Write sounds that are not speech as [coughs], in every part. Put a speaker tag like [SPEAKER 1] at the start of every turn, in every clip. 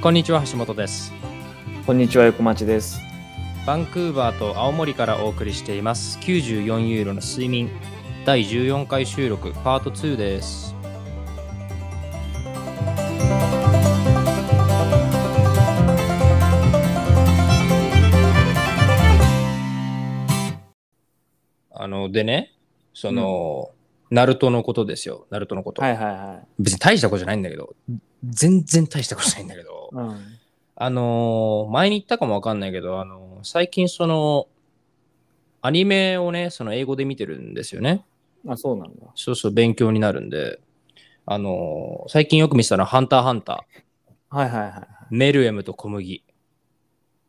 [SPEAKER 1] こんにちは橋本です
[SPEAKER 2] こんにちは横町です。
[SPEAKER 1] バンクーバーと青森からお送りしています94ユーロの睡眠第14回収録パート2ですあのでねその、ナルトのことですよナルトのこと、
[SPEAKER 2] はいはいはい。
[SPEAKER 1] 別に大したことじゃないんだけど全然大したことじゃないんだけど
[SPEAKER 2] うん。
[SPEAKER 1] あのー前に言ったかもわかんないけど、あのー最近その、アニメをね、その英語で見てるんですよね。
[SPEAKER 2] あ、そうなんだ。
[SPEAKER 1] そうそう、勉強になるんで。あのー最近よく見てたのは、ハンターハンター、
[SPEAKER 2] はいはいはい。
[SPEAKER 1] メルエムと小麦。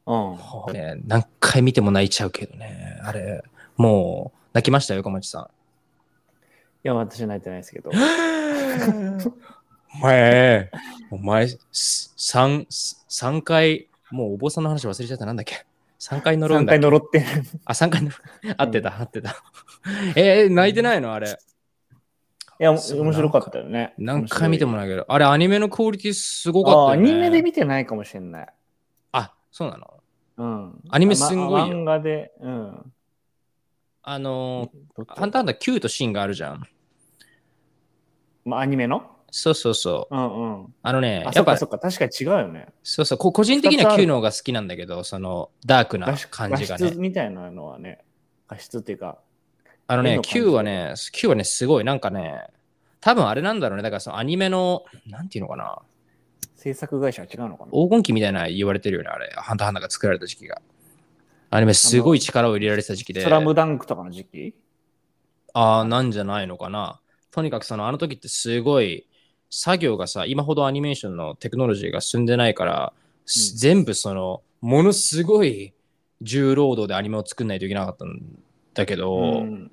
[SPEAKER 2] うん。
[SPEAKER 1] もうね、何回見ても泣いちゃうけどね。あれ、もう、泣きましたよ、横町さん。
[SPEAKER 2] いや、私泣いてないです [laughs] けど。
[SPEAKER 1] [laughs] お前、お前、す三、三回、もうお坊さんの話忘れちゃった、なんだっけ。三回乗るん
[SPEAKER 2] 3
[SPEAKER 1] だっけ
[SPEAKER 2] 回呪って。
[SPEAKER 1] あ、3回の。合ってた、合ってた。えー泣いてないのあれ。
[SPEAKER 2] いや、面
[SPEAKER 1] そう
[SPEAKER 2] 白かったよね。
[SPEAKER 1] 何回見ても
[SPEAKER 2] い。
[SPEAKER 1] ないけど。あれ、アニメのクオリティすごか
[SPEAKER 2] あ、
[SPEAKER 1] った
[SPEAKER 2] ア
[SPEAKER 1] よ、ね。
[SPEAKER 2] ニメで見てないかもしれない。
[SPEAKER 1] あ、そうなの
[SPEAKER 2] うん。
[SPEAKER 1] アニメすんごいよ
[SPEAKER 2] ま漫画で。うん。
[SPEAKER 1] あの
[SPEAKER 2] どっ
[SPEAKER 1] ー、
[SPEAKER 2] ち
[SPEAKER 1] ハンターハンター9とシーンがあるじゃん。
[SPEAKER 2] まあ、アニメの
[SPEAKER 1] そうそうそう。
[SPEAKER 2] うんうん。
[SPEAKER 1] あのね
[SPEAKER 2] あ、、
[SPEAKER 1] や
[SPEAKER 2] そ
[SPEAKER 1] っ
[SPEAKER 2] っ
[SPEAKER 1] ぱ、
[SPEAKER 2] か
[SPEAKER 1] そ
[SPEAKER 2] そっか。確かに違うよね。
[SPEAKER 1] うそうこ、個人的には
[SPEAKER 2] 二つある
[SPEAKER 1] 9の方が好きなんだけど、その、ダークな
[SPEAKER 2] 画質
[SPEAKER 1] 感じが
[SPEAKER 2] 画
[SPEAKER 1] ね
[SPEAKER 2] 質。みたいなのはね。画質っていうか。
[SPEAKER 1] あのね、
[SPEAKER 2] の感じ
[SPEAKER 1] 9はね、9はね、すごい、なんかね、多分あれなんだろうね。だから、そのアニメの、なんていうのかな。
[SPEAKER 2] 制作会社は違うのかな
[SPEAKER 1] 黄金期みたいな言われてるよね、あれ。ハンターハンターが作られた時期が。アニメすごい力を入れられてた時期で。
[SPEAKER 2] スラムダンクとかの時期
[SPEAKER 1] ああ、なんじゃないのかな。とにかくそのあの時ってすごい作業がさ、今ほどアニメーションのテクノロジーが進んでないから、す
[SPEAKER 2] うん
[SPEAKER 1] 全部そのものすごい重労働でアニメを作んないといけなかったんだけど、
[SPEAKER 2] うん。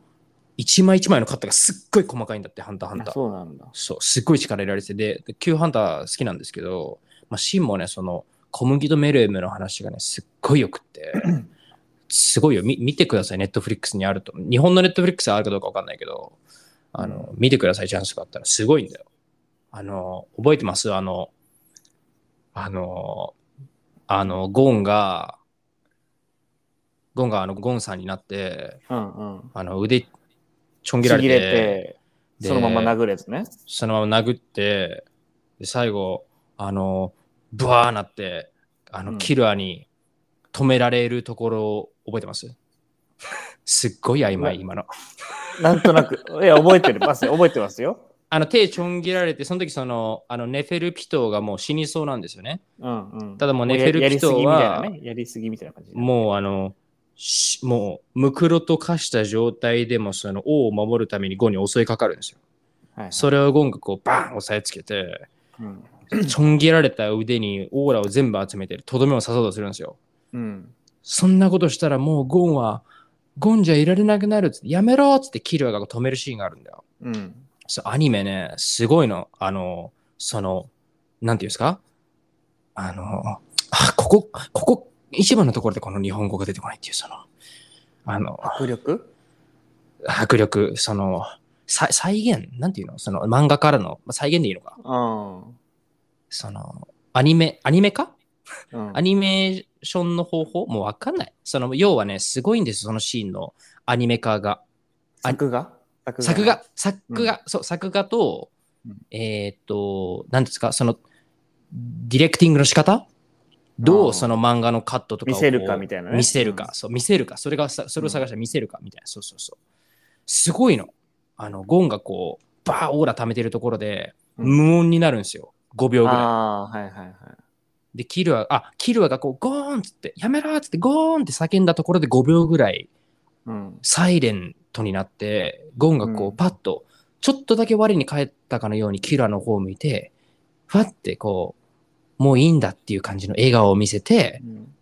[SPEAKER 1] 一枚一枚のカットがすっごい細かいんだって、ハンターハン
[SPEAKER 2] あ
[SPEAKER 1] ター。
[SPEAKER 2] そうなんだ。
[SPEAKER 1] そう、すっごい力入れられてて、で、で旧ハンター好きなんですけど、まあ、シンもね、その、小麦とメルエムの話がね、すっごいよくって、すごいよ、み見てください、ネットフリックスにあると。日本のネットフリックスはあるかどうかわかんないけど、あの、見てください、チャンスがあったら、すごいんだよ。あの、覚えてますあの、あの、あの、ゴンが、ゴンがあの、ゴンさんになって、
[SPEAKER 2] うんうん。
[SPEAKER 1] あの、腕、ちょん切ら
[SPEAKER 2] ち
[SPEAKER 1] れて、
[SPEAKER 2] ぎれて、
[SPEAKER 1] で
[SPEAKER 2] そのまま殴るやつね。
[SPEAKER 1] そのまま殴って、で最後、あの、ブワーなって、あの、
[SPEAKER 2] うん
[SPEAKER 1] キルアに止められるところを覚えてますすっごい曖昧、
[SPEAKER 2] う
[SPEAKER 1] 今の。
[SPEAKER 2] なんとなく。いや、覚えてますよ。覚えてますよ。
[SPEAKER 1] あの、手ちょん切られて、その時、その、あの、ネフェルピトーがもう死にそうなんですよね。
[SPEAKER 2] うんうん。
[SPEAKER 1] ただもうネフェルピトーは
[SPEAKER 2] ややりすぎみたいなね。やりすぎみたいな感じ。
[SPEAKER 1] もう、あの、しもう、ムクロと化した状態でも、その、王を守るためにゴンに襲いかかるんですよ。
[SPEAKER 2] はいはい
[SPEAKER 1] それをゴンがこう、バーン押さえつけ
[SPEAKER 2] [laughs]
[SPEAKER 1] て、
[SPEAKER 2] うん。
[SPEAKER 1] ちょん切られた腕にオーラを全部集めて、とどめを刺そうとするんですよ。
[SPEAKER 2] うん。
[SPEAKER 1] そんなことしたらもうゴンは、ゴンじゃいられなくなるっつって、やめろっつってキルアが止めるシーンがあるんだよ。
[SPEAKER 2] うん。
[SPEAKER 1] そう、アニメね、すごいの。あの、その、なんていうんですかあの、あ、ここ、ここ、一番のところでこの日本語が出てこないっていう、その、あの、
[SPEAKER 2] 迫力
[SPEAKER 1] 迫力、その、さ再現、なんていうのその漫画からの、まあ再現でいいのか
[SPEAKER 2] うん。
[SPEAKER 1] その、アニメ、アニメか
[SPEAKER 2] うん
[SPEAKER 1] アニメーションの方法もうわかんない。その、要はね、すごいんです、そのシーンのアニメ化が。
[SPEAKER 2] 作画作
[SPEAKER 1] 作画、作画、そう、作画と
[SPEAKER 2] うん、
[SPEAKER 1] えーっと、何ですか、その、ディレクティングの仕方ど
[SPEAKER 2] あ
[SPEAKER 1] う
[SPEAKER 2] ー
[SPEAKER 1] その漫画のカットとかを
[SPEAKER 2] 見せるかみたいなね
[SPEAKER 1] 見せるか
[SPEAKER 2] う、
[SPEAKER 1] そう、見せるか、それがさ、それを探したら見せるかみたいな、そうそうそう。すごいの。あの、ゴンがこう、バーオーラ溜めてるところで、
[SPEAKER 2] うん
[SPEAKER 1] 無音になるんですよ。5秒ぐらい。
[SPEAKER 2] ああー、はいはいはい。
[SPEAKER 1] で、キルア、あ、キルアがこう、ゴーンっつって、やめろっつって、ゴーンって叫んだところで5秒ぐらい、
[SPEAKER 2] うん。
[SPEAKER 1] サイレントになって、ゴンがこ
[SPEAKER 2] う
[SPEAKER 1] うんパッと、ちょっとだけ我に返ったかのようにキラの方を向いて、ふわってこう、もういいんだっていう感じの笑顔を見せて、
[SPEAKER 2] うん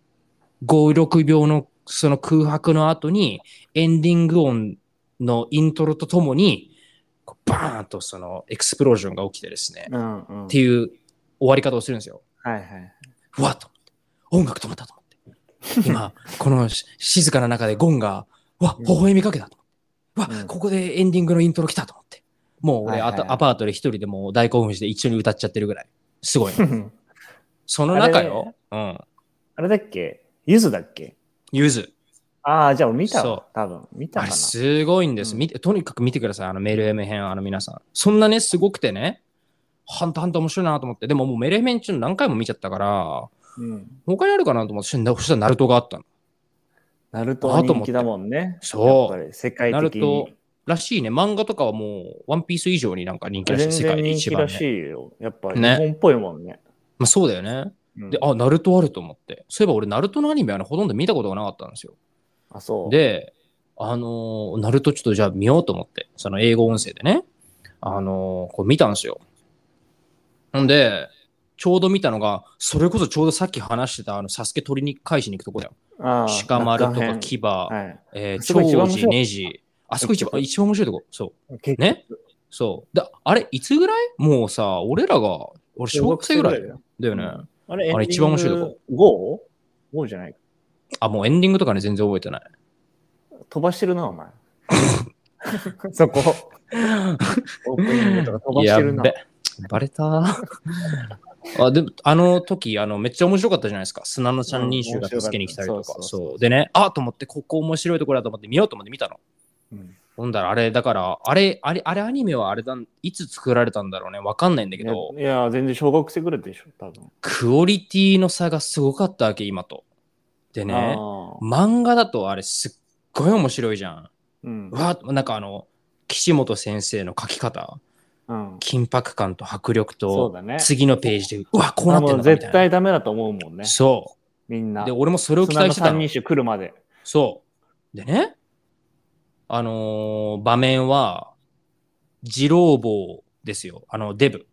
[SPEAKER 1] 5、6秒のその空白の後に、エンディング音のイントロとともに、こうバーンとそのエクスプロージョンが起きてですね、
[SPEAKER 2] うんうん。
[SPEAKER 1] っていう終わり方をするんですよ。
[SPEAKER 2] はいはい。 [laughs]
[SPEAKER 1] うわっと思って、音楽止まったと思って。今、このし静かな中でゴンが、うわ、
[SPEAKER 2] うん
[SPEAKER 1] 微笑みかけたと思って。うわ、
[SPEAKER 2] うん
[SPEAKER 1] ここでエンディングのイントロ来たと思って。もう俺、
[SPEAKER 2] はいはいはい
[SPEAKER 1] あとアパートで一人でもう大興奮して一緒に歌っちゃってるぐらい。すごいの。その中よ、うん、
[SPEAKER 2] あれだっけゆずだっけ
[SPEAKER 1] ゆず。
[SPEAKER 2] ああ、じゃあ俺見た
[SPEAKER 1] そう
[SPEAKER 2] わ。多分見た
[SPEAKER 1] あ
[SPEAKER 2] か
[SPEAKER 1] れ
[SPEAKER 2] な。
[SPEAKER 1] すごいんです、
[SPEAKER 2] うん
[SPEAKER 1] 見て。とにかく見てください、あのメール M 編、あの皆さん。そんなね、すごくてね、ハンターハンター面白いなと思って、でももうメール M 編中何回も見ちゃったから、
[SPEAKER 2] うん。
[SPEAKER 1] 他にあるかなと思って、そしたらナルトがあったの。
[SPEAKER 2] ナルトは人気だもんね。
[SPEAKER 1] そう
[SPEAKER 2] やっぱり世界
[SPEAKER 1] ナル
[SPEAKER 2] 的
[SPEAKER 1] ト
[SPEAKER 2] に。
[SPEAKER 1] らしいね、漫画とかはもう、ワンピース以上になんか人気らし
[SPEAKER 2] 全
[SPEAKER 1] い、世界
[SPEAKER 2] 然
[SPEAKER 1] で
[SPEAKER 2] 人
[SPEAKER 1] 一
[SPEAKER 2] 気
[SPEAKER 1] 番、
[SPEAKER 2] ら
[SPEAKER 1] ね
[SPEAKER 2] し。いよ。やっぱ日
[SPEAKER 1] ね
[SPEAKER 2] 本っぽいもんね。
[SPEAKER 1] まあ、そうだよね。
[SPEAKER 2] うん
[SPEAKER 1] で、あ、ナルトあると思って。そういえば俺、ナルトのアニメはね、ほとんど見たことがなかったんですよ。
[SPEAKER 2] あ、そう。
[SPEAKER 1] で、あのーナルトちょっとじゃあ見ようと思って、その英語音声でね、あのーこう見たんですよ。ほんで、ちょうど見たのが、それこそちょうどさっき話してた、あの、サスケ取りに返しに行くとこだよ。
[SPEAKER 2] ああ、
[SPEAKER 1] 鹿丸と
[SPEAKER 2] 中
[SPEAKER 1] か
[SPEAKER 2] 編
[SPEAKER 1] 牙、
[SPEAKER 2] はい。
[SPEAKER 1] えー、
[SPEAKER 2] そこ一番
[SPEAKER 1] 長
[SPEAKER 2] 面
[SPEAKER 1] 寿、
[SPEAKER 2] 白い
[SPEAKER 1] ネジ。あそこ一番、一番面白いとこ。そ
[SPEAKER 2] 結
[SPEAKER 1] う。ね。そう。だあれ、いつぐらいもうさ、俺らが、俺、小学生ぐらい
[SPEAKER 2] だよ。
[SPEAKER 1] だよね。
[SPEAKER 2] うんあれ、
[SPEAKER 1] あれ一番面白いと
[SPEAKER 2] こ。5?5 じゃないか。
[SPEAKER 1] あ、もうエンディングとかね、全然覚えてない。
[SPEAKER 2] 飛ばしてるな、
[SPEAKER 1] [laughs]
[SPEAKER 2] お前。そこ。オープニングとか飛ばしてるな
[SPEAKER 1] やっ。べバレた
[SPEAKER 2] [laughs]
[SPEAKER 1] ーあでもあの時あのめっちゃ面白かったじゃないですか砂の三人衆が助けに来たりとか,、
[SPEAKER 2] うん面白かった
[SPEAKER 1] そ
[SPEAKER 2] そうう
[SPEAKER 1] でねあと思ってここ面白いところだと思って見ようと思って見たの
[SPEAKER 2] うん
[SPEAKER 1] ほんだらあれだからあれあれあれアニメはあれだいつ作られたんだろうねわかんないんだけど
[SPEAKER 2] いや、いや全然小学生ぐらいでしょ、多分。
[SPEAKER 1] クオリティの差がすごかったわけ今とでね
[SPEAKER 2] ああ
[SPEAKER 1] 漫画だとあれすっごい面白いじゃん
[SPEAKER 2] うん
[SPEAKER 1] う。わなんかあの岸本先生の書き方
[SPEAKER 2] うん
[SPEAKER 1] 緊迫感と迫力と
[SPEAKER 2] そうだね。
[SPEAKER 1] 次のページで、うわ、こうな
[SPEAKER 2] あ
[SPEAKER 1] ってん
[SPEAKER 2] も
[SPEAKER 1] だ
[SPEAKER 2] う
[SPEAKER 1] みた
[SPEAKER 2] 絶
[SPEAKER 1] いな。
[SPEAKER 2] 対ダメだと思うもんね。
[SPEAKER 1] そ
[SPEAKER 2] みん
[SPEAKER 1] う。
[SPEAKER 2] な。
[SPEAKER 1] で、俺もそれを期待してた
[SPEAKER 2] 砂の三
[SPEAKER 1] の
[SPEAKER 2] 人。衆来るまで。
[SPEAKER 1] そう。でね、あのー場面は、二郎坊ですよ。あの、デブ。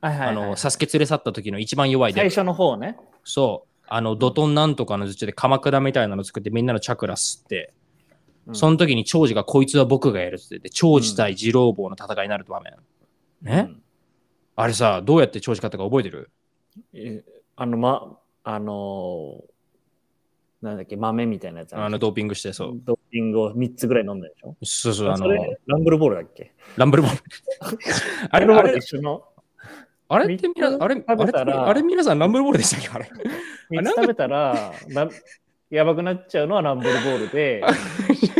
[SPEAKER 2] はいはい、はい。
[SPEAKER 1] あの、サスケ連れ去った時の一番弱いデ
[SPEAKER 2] 最
[SPEAKER 1] ブ。
[SPEAKER 2] 初の方ね。
[SPEAKER 1] そう。あの、ドトンなんとかの術で鎌倉みたいなの作ってみんなのチャクラ吸って、
[SPEAKER 2] うん
[SPEAKER 1] その時に長次がこいつは僕がやるって言って、長次対二郎坊の戦いになる場面。ね、あれさ、どうやって長次勝ったか覚えてる
[SPEAKER 2] えあの、ま、あのーなんだっけ、豆みたいなやつる
[SPEAKER 1] あの、ドーピングして、そう。
[SPEAKER 2] ドッピングを3つぐらい飲んだでしょ
[SPEAKER 1] そうそう、あ
[SPEAKER 2] そ
[SPEAKER 1] の、
[SPEAKER 2] れ、ランブルボールだっけ
[SPEAKER 1] ランブルボール。あ
[SPEAKER 2] ラ
[SPEAKER 1] れ、
[SPEAKER 2] ンブル
[SPEAKER 1] あ
[SPEAKER 2] ボール
[SPEAKER 1] れ
[SPEAKER 2] と、一緒の
[SPEAKER 1] あれってみな、
[SPEAKER 2] 三つ
[SPEAKER 1] あれ、あ
[SPEAKER 2] 食
[SPEAKER 1] れ
[SPEAKER 2] べたら
[SPEAKER 1] あれ皆さんランブルボールでしたっけあれ。
[SPEAKER 2] 3つ食べたら、なやばくなっちゃうのはランブルボール
[SPEAKER 1] [laughs]
[SPEAKER 2] で、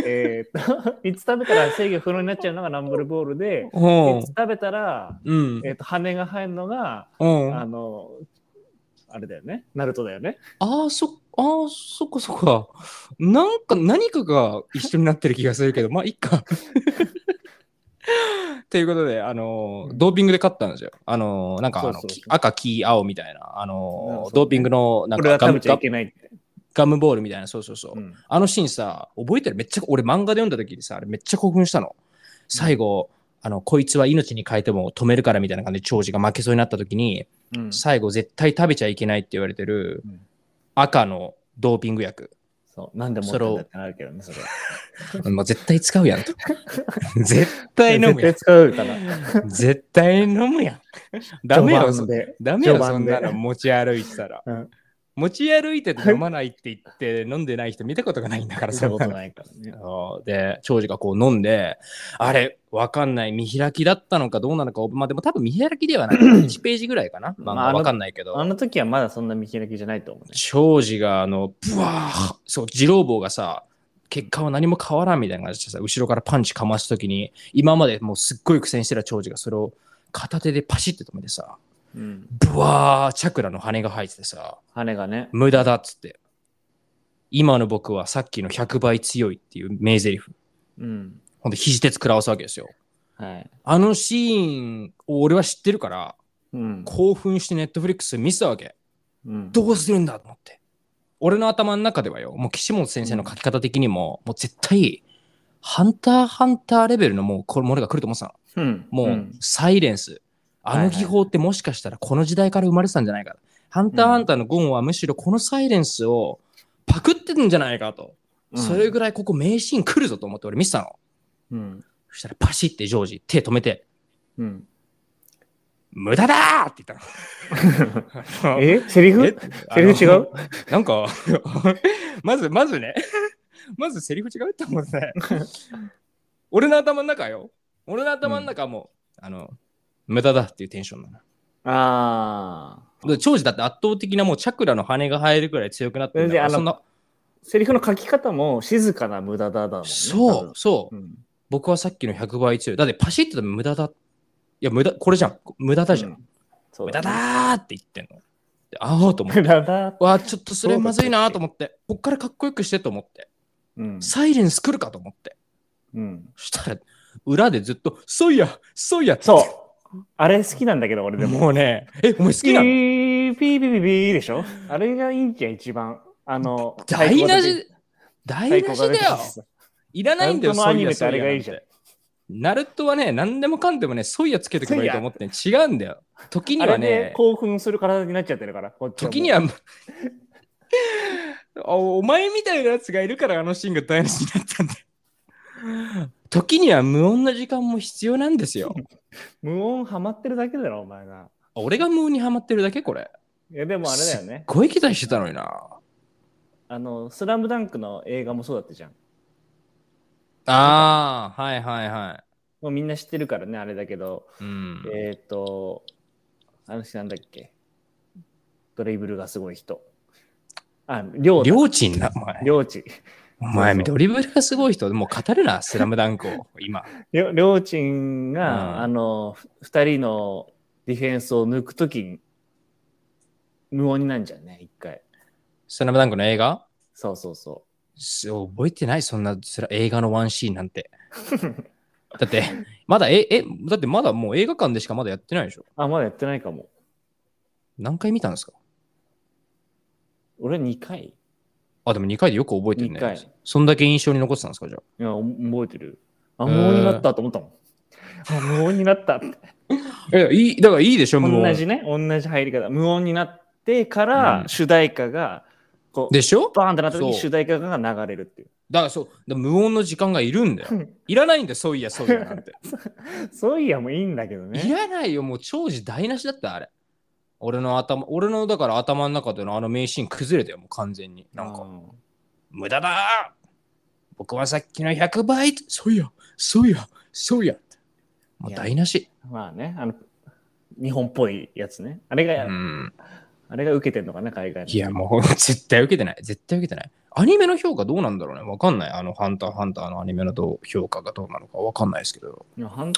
[SPEAKER 2] えーっと、3つ食べたら制御不能になっちゃうのがランブルボールで、
[SPEAKER 1] う
[SPEAKER 2] 3つ食べたら、
[SPEAKER 1] ん。
[SPEAKER 2] えーっと、羽が生えるのが、
[SPEAKER 1] うん。
[SPEAKER 2] あ
[SPEAKER 1] あ
[SPEAKER 2] の、あれだよね。ナルトだよね。
[SPEAKER 1] あ、そ、ああ、そっかそっか。なんか、何かが一緒になってる気がする
[SPEAKER 2] [laughs]
[SPEAKER 1] けど、まあ、いっか。 [laughs] ということで、あのー、ドーピングで勝ったんですよ。あのー、なんかあの
[SPEAKER 2] そうそうそう
[SPEAKER 1] き赤、黄、青みたいな、あ
[SPEAKER 2] なる
[SPEAKER 1] の
[SPEAKER 2] ほ
[SPEAKER 1] ー、
[SPEAKER 2] ど
[SPEAKER 1] ドーピングの、なん
[SPEAKER 2] これ
[SPEAKER 1] か
[SPEAKER 2] は
[SPEAKER 1] ガ
[SPEAKER 2] 食
[SPEAKER 1] ム
[SPEAKER 2] べちゃ
[SPEAKER 1] ガ
[SPEAKER 2] いけないって。
[SPEAKER 1] ガムボールみたいな、そうそうそう
[SPEAKER 2] う。ん
[SPEAKER 1] あのシーンさ、覚えてるめっちゃ、俺漫画で読んだ時にさ、あれめっちゃ興奮したの。最後、あの、こいつは命に変えても止めるからみたいな感じで長次が負けそうになった時に、
[SPEAKER 2] うん
[SPEAKER 1] 最後絶対食べちゃいけないって言われてる
[SPEAKER 2] うん
[SPEAKER 1] 赤のドーピング
[SPEAKER 2] [laughs]
[SPEAKER 1] 薬。
[SPEAKER 2] そう、なんで持ってんだってなるけどね、それ。
[SPEAKER 1] まあ、絶対使うやんと。 [laughs] 絶対飲むやん。
[SPEAKER 2] 絶対使うから。
[SPEAKER 1] 絶対飲むやん。ダメよ、そ
[SPEAKER 2] 序盤で。
[SPEAKER 1] ダメよ、
[SPEAKER 2] 序
[SPEAKER 1] そん
[SPEAKER 2] 盤で
[SPEAKER 1] なの持ち歩いてたら。
[SPEAKER 2] うん
[SPEAKER 1] 持ち歩いてて飲まないって言って飲んでない人見たことがないんだから、
[SPEAKER 2] 見
[SPEAKER 1] そ
[SPEAKER 2] た
[SPEAKER 1] ん
[SPEAKER 2] こ
[SPEAKER 1] な
[SPEAKER 2] と
[SPEAKER 1] の
[SPEAKER 2] ないからね。
[SPEAKER 1] そうで、長次がこう飲んで、あれ、わかんない、見開きだったのかどうなのか、まあでも多分見開きではない、1ペー
[SPEAKER 2] [laughs]
[SPEAKER 1] ジぐらいかな、ま
[SPEAKER 2] まあ
[SPEAKER 1] あ、
[SPEAKER 2] あの
[SPEAKER 1] わかんないけ
[SPEAKER 2] あ
[SPEAKER 1] ど、
[SPEAKER 2] の時はまだそんな見開きじゃないと思うね。
[SPEAKER 1] 長次が、あの、ぶわー、そう、二郎坊がさ、結果は何も変わらんみたいな感じでさ、後ろからパンチかますときに、今までもうすっごい苦戦してた長次が、それを片手でパシッて止めてさ、
[SPEAKER 2] うん。
[SPEAKER 1] ぶわー、チャクラの羽が生えててさ、
[SPEAKER 2] 羽がね。
[SPEAKER 1] 無駄だっつって、今の僕はさっきの100倍強いっていう名台詞
[SPEAKER 2] うん。
[SPEAKER 1] ほんで、肘鉄食らわすわけですよ。
[SPEAKER 2] はい。
[SPEAKER 1] あのシーンを俺は知ってるから、
[SPEAKER 2] うん。
[SPEAKER 1] 興奮してネットフリックス見せたわけ。
[SPEAKER 2] うん
[SPEAKER 1] どうするんだと思って。俺の頭の中ではよ、もう岸本先生の書き方的にも、もう絶対、ハンターハンターレベルのもうこれものが来ると思ってたの。
[SPEAKER 2] うん
[SPEAKER 1] もう、
[SPEAKER 2] ん
[SPEAKER 1] サイレンス。あの技法ってもしかしたらこの時代から生まれてたんじゃないか。ハンターハンターのゴンはむしろこのサイレンスをパクってんじゃないかと。それぐらいここ名シーン来るぞと思って俺見てたの。
[SPEAKER 2] うん。
[SPEAKER 1] そしたらパシってジョージ手止めて、 [laughs]
[SPEAKER 2] うん。
[SPEAKER 1] 無駄だーって言 [laughs] ったの。
[SPEAKER 2] えセリ
[SPEAKER 1] え
[SPEAKER 2] フセリフ違う
[SPEAKER 1] あのなんか、 [laughs] まず、まずね、 [laughs] まずセリフ違うって思ってね。俺の頭の中よ。俺の頭の中はもう、あの、無駄だっていうテンションなの。
[SPEAKER 2] ああ。
[SPEAKER 1] で長寿だって圧倒的なもうチャクラの羽が生えるくらい強くなってるんだから
[SPEAKER 2] 全然
[SPEAKER 1] そ
[SPEAKER 2] あ
[SPEAKER 1] ん
[SPEAKER 2] の
[SPEAKER 1] な
[SPEAKER 2] セリフの書き方も静かな無駄だだもんね。多
[SPEAKER 1] そう
[SPEAKER 2] 分
[SPEAKER 1] そう、
[SPEAKER 2] うん。
[SPEAKER 1] 僕はさっきの100倍強いだってパシッとでも無駄だいや無駄これじゃん無駄だじゃん、
[SPEAKER 2] うん。そう
[SPEAKER 1] 無駄
[SPEAKER 2] だね
[SPEAKER 1] だーって言ってんのであおうと思って
[SPEAKER 2] 無駄だ。
[SPEAKER 1] わあちょっとそれまずいなーと思ってこっからかっこよくしてと思って
[SPEAKER 2] うん。
[SPEAKER 1] サイレンス来るかと思って
[SPEAKER 2] うん。
[SPEAKER 1] そしたら裏でずっと「そういやそういや」
[SPEAKER 2] そう。あれ好きなんだけど、俺で
[SPEAKER 1] で
[SPEAKER 2] も。
[SPEAKER 1] もうねえお前好きな
[SPEAKER 2] ピ
[SPEAKER 1] の
[SPEAKER 2] ーピーピーピーピーでしょあれがいいんじゃん、一番。あの、
[SPEAKER 1] 台無し台無しだよいらないんだよ、
[SPEAKER 2] ナ
[SPEAKER 1] そういや
[SPEAKER 2] ルトのアニメってあれがいい
[SPEAKER 1] そ
[SPEAKER 2] じ
[SPEAKER 1] う
[SPEAKER 2] ゃ
[SPEAKER 1] や
[SPEAKER 2] ん
[SPEAKER 1] なんてナルトはね、何でもかんでもね、そういやつけてくれると思って、違うんだよ。時に
[SPEAKER 2] あ
[SPEAKER 1] は
[SPEAKER 2] れで
[SPEAKER 1] ね、
[SPEAKER 2] 興奮する体になっちゃってるから、こっち
[SPEAKER 1] 時には、 [laughs] おお前みたいなやつがいるからあのシーンが台無しになったんだよ。時には無音な時間も必要なん
[SPEAKER 2] [laughs]
[SPEAKER 1] ですよ。
[SPEAKER 2] 無音ハマってるだけだろ、お前が。
[SPEAKER 1] 俺が無音にはまってるだけこれ。
[SPEAKER 2] いや、でもあれだよね。
[SPEAKER 1] 声期待してたのにな。
[SPEAKER 2] あの、スラムダンクの映画もそうだったじゃん。
[SPEAKER 1] ああ、はいはいは
[SPEAKER 2] もうみんな知ってるからね、あれだけど。
[SPEAKER 1] い。うん。
[SPEAKER 2] えっ、ー、と、あの人なんだっけ。ドレイブルがすごい人。あ、りょう
[SPEAKER 1] り
[SPEAKER 2] だ。
[SPEAKER 1] ょうちんな、お前。
[SPEAKER 2] りょうちん。
[SPEAKER 1] お前、ドリブルがすごい人、もう語るな、スラムダンクを、今。
[SPEAKER 2] りょりょうちんが、
[SPEAKER 1] うん
[SPEAKER 2] あの、ふ二人のディフェンスを抜くときに、無音になんじゃんね、一回。
[SPEAKER 1] スラムダンクの映画
[SPEAKER 2] そうそうそ
[SPEAKER 1] そう覚えてないそんなそれ映画のワンシーンなん [laughs] て。だって、まだえ、え、だってまだもう映画館でしかまだやってないでしょ
[SPEAKER 2] う。あ、まだやってないかも。
[SPEAKER 1] 何回見たんですか
[SPEAKER 2] 俺2回
[SPEAKER 1] あ、でも2回でよく覚えてる
[SPEAKER 2] 二回
[SPEAKER 1] ね。そんだけ印象に残ってたんですかじゃ
[SPEAKER 2] いやお覚えてる。あ、
[SPEAKER 1] へー
[SPEAKER 2] 無音になったと思ったもん。あ、無音になったって。
[SPEAKER 1] あ。え、いい、だからいいでしょ、もう。
[SPEAKER 2] 同じね、同じ入り方。無音になってから、
[SPEAKER 1] うん
[SPEAKER 2] 主題歌が、こう、
[SPEAKER 1] でしょ
[SPEAKER 2] バーンってなった時に
[SPEAKER 1] そう
[SPEAKER 2] 主題歌が流れるっていう。
[SPEAKER 1] だからそう、だから無音の時間がいるんだよ。いらないんだよ、そういや、そういやなんて。
[SPEAKER 2] そういやもういいんだけど
[SPEAKER 1] い
[SPEAKER 2] ね。
[SPEAKER 1] らないよ、もう長寿台無しだった、あれ。俺の頭、俺のだから頭の中でのあの名シーン崩れたよ、もう完全に。なんか。
[SPEAKER 2] うん
[SPEAKER 1] 無駄だ僕はさっきの100倍そうや、そうや、そうや。もう台無し。
[SPEAKER 2] まあね、あの、日本っぽいやつね。あれが、
[SPEAKER 1] うん。
[SPEAKER 2] あれが受けてんのかな、海外の。
[SPEAKER 1] いや、もう絶対受けてない。絶対受けてない。アニメの評価どうなんだろうね。わかんない。あの、ハンターハンターのアニメのどう評価がどうなのかわかんないですけど。
[SPEAKER 2] いや半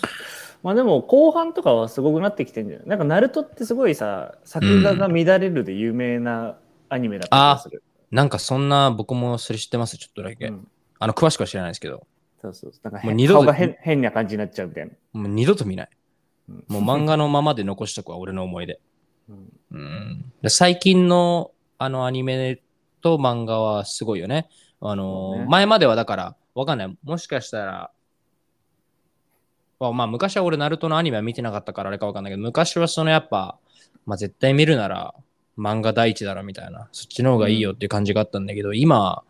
[SPEAKER 2] まあでも後半とかはすごくなってきてんじゃないなんかナルトってすごいさ作画が乱れるで有名なアニメだったりする、
[SPEAKER 1] なんかそんな、僕もそれ知ってます、ちょっとだけ。
[SPEAKER 2] うん
[SPEAKER 1] あの、詳しくは知らないですけど、
[SPEAKER 2] そうそうそうなんか
[SPEAKER 1] もう
[SPEAKER 2] 変
[SPEAKER 1] 二度
[SPEAKER 2] 顔が変変な感じになっちゃうみたいな、
[SPEAKER 1] もう二度と見ない。
[SPEAKER 2] うん
[SPEAKER 1] もう漫画のままで残しとくわ、俺の思い出。
[SPEAKER 2] うん
[SPEAKER 1] うん、で最近のあのアニメと漫画はすごいよね。あの
[SPEAKER 2] そうね
[SPEAKER 1] 前まではだから、わかんない。もしかしたら、まあ、まあ昔は俺、ナルトのアニメは見てなかったからあれかわかんないけど、昔はそのやっぱ、まあ、絶対見るなら漫画第一だろみたいな、そっちの方がいいよっていう感じがあったんだけど、今、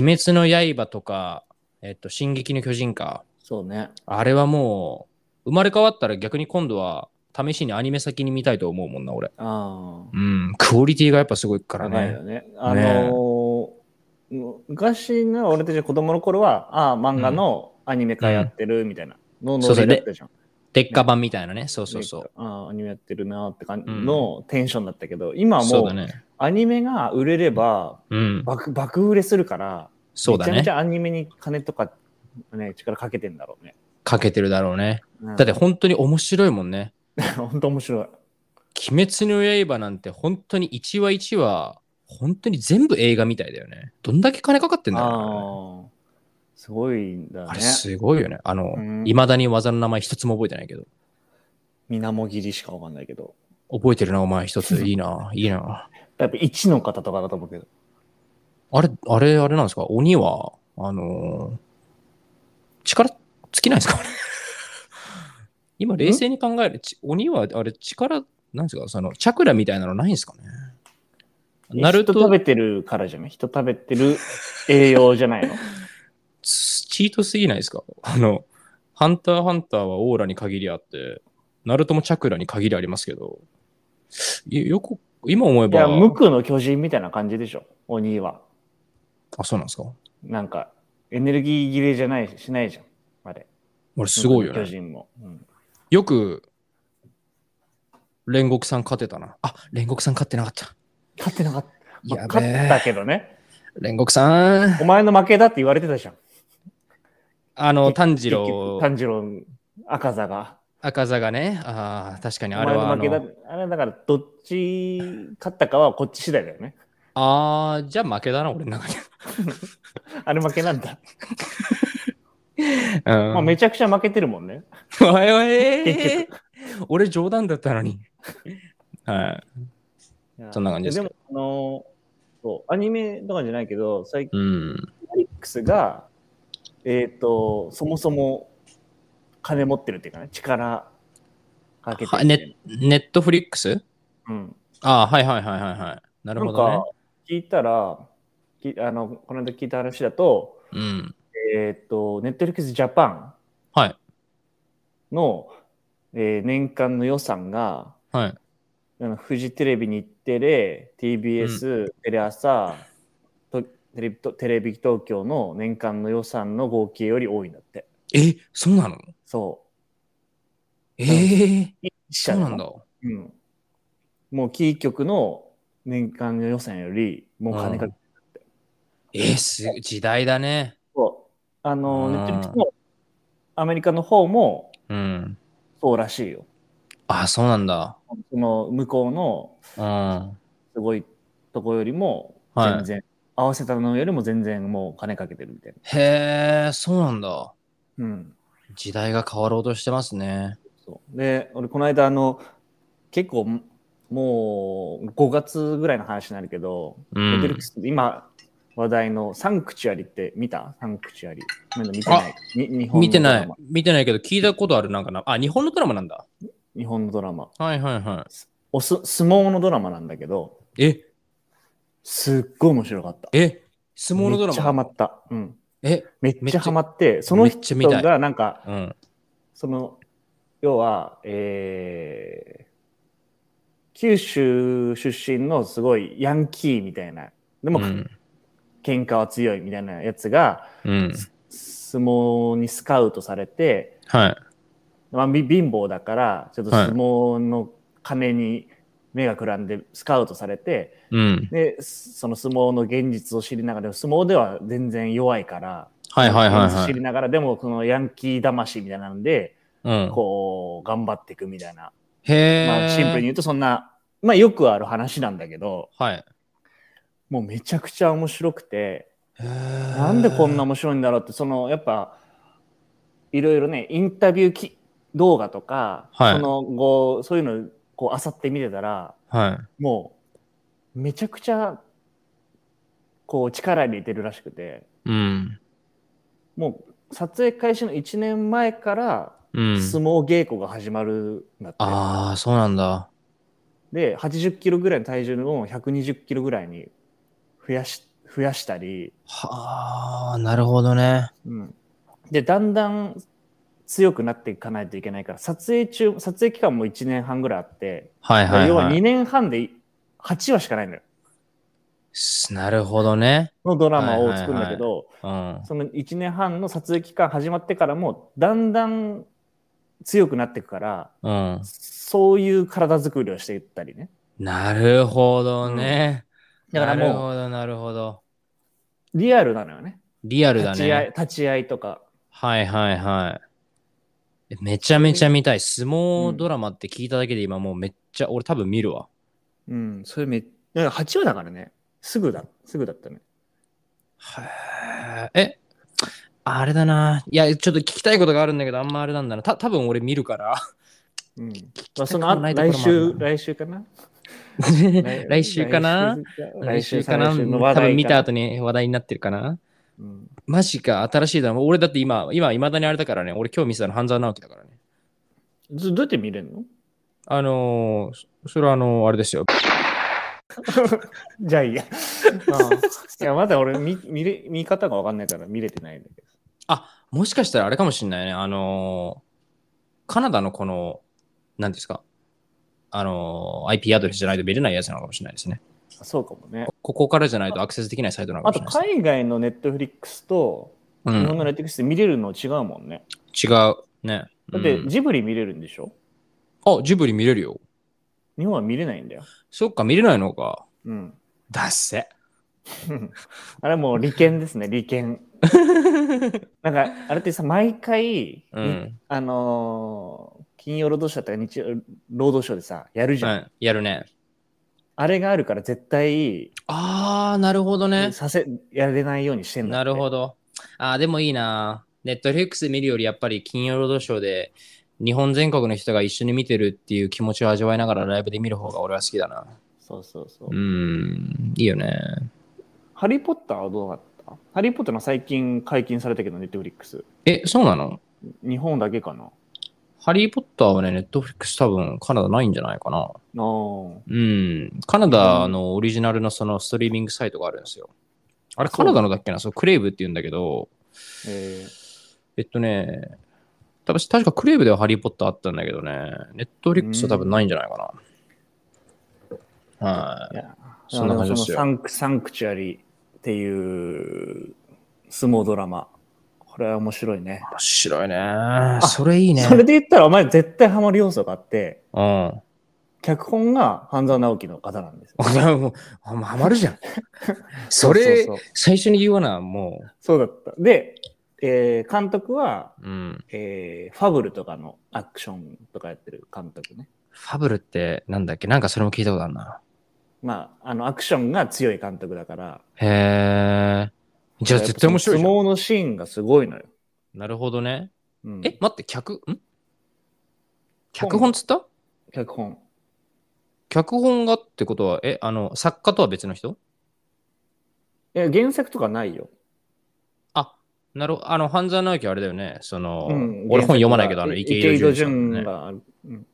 [SPEAKER 1] 鬼滅の刃とか、えっと、進撃の巨人か、
[SPEAKER 2] そうね
[SPEAKER 1] あれはもう、生まれ変わったら逆に今度は、試しにアニメ先に見たいと思うもんな、俺。
[SPEAKER 2] ああ
[SPEAKER 1] うん、クオリティがやっぱすごいから
[SPEAKER 2] 長いよ
[SPEAKER 1] ね。
[SPEAKER 2] ねあのー昔の俺たち子供の頃はああ漫画のアニメ化やってるみたいな、の
[SPEAKER 1] そう
[SPEAKER 2] ノ
[SPEAKER 1] そう
[SPEAKER 2] リだったじゃん
[SPEAKER 1] 劣化版みたいなね。そうそうそう。
[SPEAKER 2] ああアニメやってるなーって感じ
[SPEAKER 1] うん
[SPEAKER 2] のテンションだったけど、今は
[SPEAKER 1] そう
[SPEAKER 2] も
[SPEAKER 1] だ
[SPEAKER 2] う
[SPEAKER 1] ね。
[SPEAKER 2] アニメが売れれば
[SPEAKER 1] うん。
[SPEAKER 2] 爆爆売れするから、
[SPEAKER 1] そうだ
[SPEAKER 2] めちゃめち
[SPEAKER 1] ね。
[SPEAKER 2] ゃアニメに金とか、ね、力かけてんだろうね。
[SPEAKER 1] かけてるだろうね。
[SPEAKER 2] うん [laughs]
[SPEAKER 1] だって本当に面白いもんね。
[SPEAKER 2] 本当面白い。
[SPEAKER 1] 鬼滅の刃なんて本当に一話一話、本当に全部映画みたいだよね。どんだけ金かかってんだろうねあれね
[SPEAKER 2] ああ、すごいんだ
[SPEAKER 1] あれ
[SPEAKER 2] ね。
[SPEAKER 1] すごいよね。あの
[SPEAKER 2] う、ん
[SPEAKER 1] いまだに技の名前一つも覚えてないけど。
[SPEAKER 2] 水面切りしかわかんないけど。
[SPEAKER 1] 覚えてるな、お前一
[SPEAKER 2] [laughs]
[SPEAKER 1] つ。いいな、いいな。
[SPEAKER 2] やっぱ一の方とかだと思うけど。
[SPEAKER 1] あれ、あれ、あれなんですか鬼は、あのー力尽きないんですかあれ [laughs] 今、冷静に考える。ち鬼は、あれ、力、なんですかその、チャクラみたいなのないんですかねナル
[SPEAKER 2] 人食
[SPEAKER 1] ト、
[SPEAKER 2] べてるからじゃない人食べてる栄養じ
[SPEAKER 1] [laughs]
[SPEAKER 2] ゃないの。
[SPEAKER 1] チチートすぎないですかあの、ハンターハンターはオーラに限りあって、ナルトもチャクラに限りありますけど、いよく、今思え
[SPEAKER 2] いや、
[SPEAKER 1] ば、
[SPEAKER 2] 無垢の巨人みたいな感じでしょ、鬼は。
[SPEAKER 1] あ、そうなんですか
[SPEAKER 2] なんか、エネルギー切れじゃないし、しないじゃん。あれ。
[SPEAKER 1] 俺、すごいよ
[SPEAKER 2] 無垢の
[SPEAKER 1] ね
[SPEAKER 2] 巨。人も。うん
[SPEAKER 1] よく、煉獄さん勝てたな。あ、煉獄さん勝ってなかった。
[SPEAKER 2] 勝ってなかった。まあ
[SPEAKER 1] やべ
[SPEAKER 2] 勝った
[SPEAKER 1] え。
[SPEAKER 2] けどね。
[SPEAKER 1] 煉獄さん。
[SPEAKER 2] お前の負けだって言われてたじゃん。
[SPEAKER 1] あの、炭治
[SPEAKER 2] 結局
[SPEAKER 1] 郎、
[SPEAKER 2] 炭治郎、赤座が。
[SPEAKER 1] 赤座がね。ああ、確かに
[SPEAKER 2] お
[SPEAKER 1] あ
[SPEAKER 2] 前
[SPEAKER 1] れは
[SPEAKER 2] の
[SPEAKER 1] あ
[SPEAKER 2] 負けだ
[SPEAKER 1] の。。
[SPEAKER 2] あれはだから、どっち勝ったかはこっち次第だよね。
[SPEAKER 1] ああ、じゃあ負けだな、俺の中で。
[SPEAKER 2] あれ負けなんだ。
[SPEAKER 1] うん。
[SPEAKER 2] ま
[SPEAKER 1] [laughs]
[SPEAKER 2] あ、めちゃくちゃ負けてるもんね。
[SPEAKER 1] おいおい
[SPEAKER 2] 結
[SPEAKER 1] 俺冗談だったのに。はい。そんな感じです
[SPEAKER 2] でも、あのそうアニメとかじゃないけど、最近、
[SPEAKER 1] うん。
[SPEAKER 2] マリックスが、えっ、と、そもそも金持ってるっていうかね、力かけて
[SPEAKER 1] は
[SPEAKER 2] る、
[SPEAKER 1] ネネットフリックス
[SPEAKER 2] うん。
[SPEAKER 1] ああ、はいはいはいはいはい。なる
[SPEAKER 2] な
[SPEAKER 1] ほ
[SPEAKER 2] ん
[SPEAKER 1] どね
[SPEAKER 2] か。、聞いたら、きあのこの間聞いた話だと、
[SPEAKER 1] うん。
[SPEAKER 2] えっ、と、ネットリックスジャパン
[SPEAKER 1] はい。
[SPEAKER 2] の、えー年間の予算が、
[SPEAKER 1] はい。
[SPEAKER 2] あのフジテレビ、日テレ、TBS、テレ朝とテレビと、テレビ東京の年間の予算の合計より多いんだって。
[SPEAKER 1] え、そうなの
[SPEAKER 2] そ
[SPEAKER 1] ええ
[SPEAKER 2] う。一
[SPEAKER 1] そ
[SPEAKER 2] 社
[SPEAKER 1] う
[SPEAKER 2] の
[SPEAKER 1] なんだ。
[SPEAKER 2] うん。もうキー局の年間の予算より、もう金かけてる
[SPEAKER 1] えー、す時代だね。
[SPEAKER 2] そうあの、
[SPEAKER 1] うん
[SPEAKER 2] ネットリックスも、アメリカの方も
[SPEAKER 1] うん。
[SPEAKER 2] そうらしいよ。
[SPEAKER 1] あ、そうなんだ。
[SPEAKER 2] その向こうの
[SPEAKER 1] うん。
[SPEAKER 2] すごいとこよりも、
[SPEAKER 1] はい
[SPEAKER 2] 全然、合わせたのよりも全然もう金かけてるみたいな。
[SPEAKER 1] へえ、そうなんだ。
[SPEAKER 2] うん。
[SPEAKER 1] 時代が変わろうとしてますね。
[SPEAKER 2] そうで、俺この間、あの、結構、もう5月ぐらいの話になるけど、
[SPEAKER 1] う
[SPEAKER 2] ネットリッ
[SPEAKER 1] ん
[SPEAKER 2] ク。ス今話題のサンクチュアリって見たサンクチュアリ。まだ見てない。に日本の
[SPEAKER 1] 見てな
[SPEAKER 2] ドラ
[SPEAKER 1] い
[SPEAKER 2] マ。
[SPEAKER 1] 見てないけど、聞いたことあるなんかな。あ、日本のドラマなんだ。
[SPEAKER 2] 日本のドラマ。
[SPEAKER 1] はいはいは
[SPEAKER 2] おす相撲のドラマなんだけど、
[SPEAKER 1] い。え、
[SPEAKER 2] すっごい面白かった。
[SPEAKER 1] え、相撲のドラマ
[SPEAKER 2] めっちゃハマった。うん。
[SPEAKER 1] え、
[SPEAKER 2] めっ
[SPEAKER 1] めっち
[SPEAKER 2] ち
[SPEAKER 1] ゃ
[SPEAKER 2] ゃハマって、その人
[SPEAKER 1] めっちゃ見た
[SPEAKER 2] がなんか、
[SPEAKER 1] うん。
[SPEAKER 2] その、要は、えー九州出身のすごいヤンキーみたいな、で
[SPEAKER 1] う
[SPEAKER 2] も
[SPEAKER 1] ん。
[SPEAKER 2] 喧嘩は強いみたいなやつが、
[SPEAKER 1] うん。
[SPEAKER 2] 相撲にスカウトされて、
[SPEAKER 1] はい。
[SPEAKER 2] まあ、び貧乏だから、ちょっと
[SPEAKER 1] はい
[SPEAKER 2] 相撲の金に目がくらんでスカウトされて、
[SPEAKER 1] うん。
[SPEAKER 2] で、その相撲の現実を知りながら、でも相撲では全然弱いから、
[SPEAKER 1] はいはいはい
[SPEAKER 2] 現実
[SPEAKER 1] は
[SPEAKER 2] 知
[SPEAKER 1] い
[SPEAKER 2] り。ながら、でもそのヤンキー魂みたいなんで、
[SPEAKER 1] うん。
[SPEAKER 2] こう、頑張っていくみたいな。
[SPEAKER 1] へえ。
[SPEAKER 2] まあ、シンプルに言うとそんな、まあ、よくある話なんだけど、
[SPEAKER 1] はい。
[SPEAKER 2] もうめちゃくちゃ面白くて、な
[SPEAKER 1] なん
[SPEAKER 2] でこんな面白いんだろうって、その、やっぱ、いろいろね、インタビューき動画とか、
[SPEAKER 1] はい
[SPEAKER 2] その後、そういうの、こう、あさって見てたら、
[SPEAKER 1] はい。
[SPEAKER 2] もう、めちゃくちゃ、こう、力入れてるらしくて、
[SPEAKER 1] うん。
[SPEAKER 2] もう、撮影開始の1年前から、
[SPEAKER 1] うん。
[SPEAKER 2] 相撲稽古が始まるんだって。
[SPEAKER 1] ああ、そうなんだ。
[SPEAKER 2] で80キロぐらいの体重を120キロぐらいに増やし増やしたり、
[SPEAKER 1] はあ、なるほどね。
[SPEAKER 2] うんでだんだん強くなっていかないといけないから撮影中撮影期間も1年半ぐらいあって、
[SPEAKER 1] はいはい
[SPEAKER 2] 要は
[SPEAKER 1] は
[SPEAKER 2] 2
[SPEAKER 1] い。
[SPEAKER 2] 年半で8話しかないのよ
[SPEAKER 1] すなるほどね。
[SPEAKER 2] のドラマを作るんだけど、
[SPEAKER 1] うん。
[SPEAKER 2] その1年半の撮影期間始まってからもだんだん強くなっていくから
[SPEAKER 1] うん。
[SPEAKER 2] そういう体作りをしていったりね
[SPEAKER 1] なるほどね。
[SPEAKER 2] だから
[SPEAKER 1] なる
[SPEAKER 2] も
[SPEAKER 1] ほど、なるほど。
[SPEAKER 2] うリアルなのよね
[SPEAKER 1] リアルだ
[SPEAKER 2] 立ち合い
[SPEAKER 1] ね。
[SPEAKER 2] 立ち合いとか
[SPEAKER 1] はいはいはい。めちゃめちゃ見たい。相撲ドラマって聞いただけで今もうめっちゃ、俺多分見るわ。
[SPEAKER 2] うん、それめだから8話だからね。すぐだ、すぐだったね。
[SPEAKER 1] へえ、えあれだな。いや、ちょっと聞きたいことがあるんだけど、あんまあれなんだな。た多分俺見る
[SPEAKER 2] [laughs]
[SPEAKER 1] から。
[SPEAKER 2] うん。
[SPEAKER 1] た
[SPEAKER 2] ま
[SPEAKER 1] く
[SPEAKER 2] あ、そ
[SPEAKER 1] も
[SPEAKER 2] のあ
[SPEAKER 1] ないところ
[SPEAKER 2] 来
[SPEAKER 1] もある
[SPEAKER 2] 週、
[SPEAKER 1] な
[SPEAKER 2] 来週かな
[SPEAKER 1] [laughs] 来週かな
[SPEAKER 2] 来
[SPEAKER 1] 来
[SPEAKER 2] 週
[SPEAKER 1] 週
[SPEAKER 2] か
[SPEAKER 1] か
[SPEAKER 2] な
[SPEAKER 1] な
[SPEAKER 2] 来週の
[SPEAKER 1] 多
[SPEAKER 2] 話題かな
[SPEAKER 1] 分見た後に話題になってるかな
[SPEAKER 2] うん
[SPEAKER 1] マジか、新しいドラマ。俺だって今、今、いまだにあれだからね。俺今日見せたの半沢直樹だからね。
[SPEAKER 2] ずどうやって見れるの
[SPEAKER 1] あのーそそれはあのーあれですよ。
[SPEAKER 2] じゃあいいや。 [laughs] ああいや、まだ俺見見れ、見方がわかんないから見れてないんだけど。
[SPEAKER 1] あ、もしかしたらあれかもしんないね。あのーカナダのこの、何ですかあのー IP アドレスじゃないと見れないやつなのかもしれないですね。
[SPEAKER 2] あそうかもね。
[SPEAKER 1] ここからじゃないとアクセスできないサイトなのか
[SPEAKER 2] あ
[SPEAKER 1] もし
[SPEAKER 2] と、
[SPEAKER 1] れないですね。
[SPEAKER 2] 海外のネットフリックスと
[SPEAKER 1] う
[SPEAKER 2] 日
[SPEAKER 1] ん
[SPEAKER 2] 本のネットフリックスで見れるの違うもんね。
[SPEAKER 1] 違う。ね。
[SPEAKER 2] だっ
[SPEAKER 1] う
[SPEAKER 2] て、
[SPEAKER 1] ん
[SPEAKER 2] ジブリ見れるんでしょ
[SPEAKER 1] あ、ジブリ見れるよ。
[SPEAKER 2] 日本は見れないんだよ。
[SPEAKER 1] そっか、見れないのか。
[SPEAKER 2] うん。
[SPEAKER 1] だっせ。
[SPEAKER 2] あれもう利権ですね、
[SPEAKER 1] [laughs]
[SPEAKER 2] 利権。なんか、あれってさ、毎回、
[SPEAKER 1] うん。
[SPEAKER 2] あのー金曜ロードショーとか日曜労働省でさ、やるじ
[SPEAKER 1] う
[SPEAKER 2] ゃん。
[SPEAKER 1] ん、やるね。
[SPEAKER 2] あれがあるから絶対、
[SPEAKER 1] あー、なるほどね。
[SPEAKER 2] させ、やれないようにしてんだ
[SPEAKER 1] なるほど。あー、でもいいな。ネットフリックスで見るより、やっぱり金曜ロードショーで、日本全国の人が一緒に見てるっていう気持ちを味わいながらライブで見る方が俺は好きだな。
[SPEAKER 2] そうそうそう。
[SPEAKER 1] うん、いいよね。
[SPEAKER 2] ハリー・ポッターはどうだったハリー・ポッターの最近解禁されたけど、ネットフリックス。
[SPEAKER 1] え、そうなの
[SPEAKER 2] 日本だけかな。
[SPEAKER 1] ハリー・ポッターはね、ネットフリックス多分カナダないんじゃないかな。
[SPEAKER 2] あー
[SPEAKER 1] うん。カナダのオリジナルのそのストリーミングサイトがあるんですよ。あれ、カナダのだっけなそう、クレイブって言うんだけど、
[SPEAKER 2] え
[SPEAKER 1] えっとね、多分確かクレイブではハリー・ポッターあったんだけどね、ネットフリックスは多分ないんじゃないかな。は
[SPEAKER 2] ー
[SPEAKER 1] い。
[SPEAKER 2] いや
[SPEAKER 1] そんな感じですよ
[SPEAKER 2] あのそのサンクサンクチュアリーっていう相撲ドラマ。これは面白いね。
[SPEAKER 1] 面白いね。それいいね。
[SPEAKER 2] それで言ったら、お前絶対ハマる要素があって、
[SPEAKER 1] うん。
[SPEAKER 2] 脚本が半沢直樹の方なんですよ。
[SPEAKER 1] もう、もうハマるじゃん。 [laughs]
[SPEAKER 2] [laughs]
[SPEAKER 1] それ、
[SPEAKER 2] そうそうそう
[SPEAKER 1] 最初に言わな、も
[SPEAKER 2] そうだった。で、えー監督は、
[SPEAKER 1] う。うん。
[SPEAKER 2] えーファブルとかのアクションとかやってる監督ね。
[SPEAKER 1] ファブルってなんだっけなんかそれも聞いたことあるな。
[SPEAKER 2] まあ、あの、アクションが強い監督だから。
[SPEAKER 1] へえ。じゃあ絶対面白いじゃん。
[SPEAKER 2] 相撲のシーンがすごいのよ。
[SPEAKER 1] なるほどね。
[SPEAKER 2] うん
[SPEAKER 1] え、待って、脚、ん脚本っつった
[SPEAKER 2] 脚本。
[SPEAKER 1] 脚本がってことは、え、あの、作家とは別の人
[SPEAKER 2] いや、原作とかないよ。
[SPEAKER 1] あ、なるほど。あの、半沢直樹あれだよね。その、
[SPEAKER 2] うん
[SPEAKER 1] 俺本読まないけど、あの、
[SPEAKER 2] 原
[SPEAKER 1] 池
[SPEAKER 2] 作
[SPEAKER 1] 井
[SPEAKER 2] が池井戸
[SPEAKER 1] 戸潤、
[SPEAKER 2] 潤
[SPEAKER 1] ね。
[SPEAKER 2] がある。うん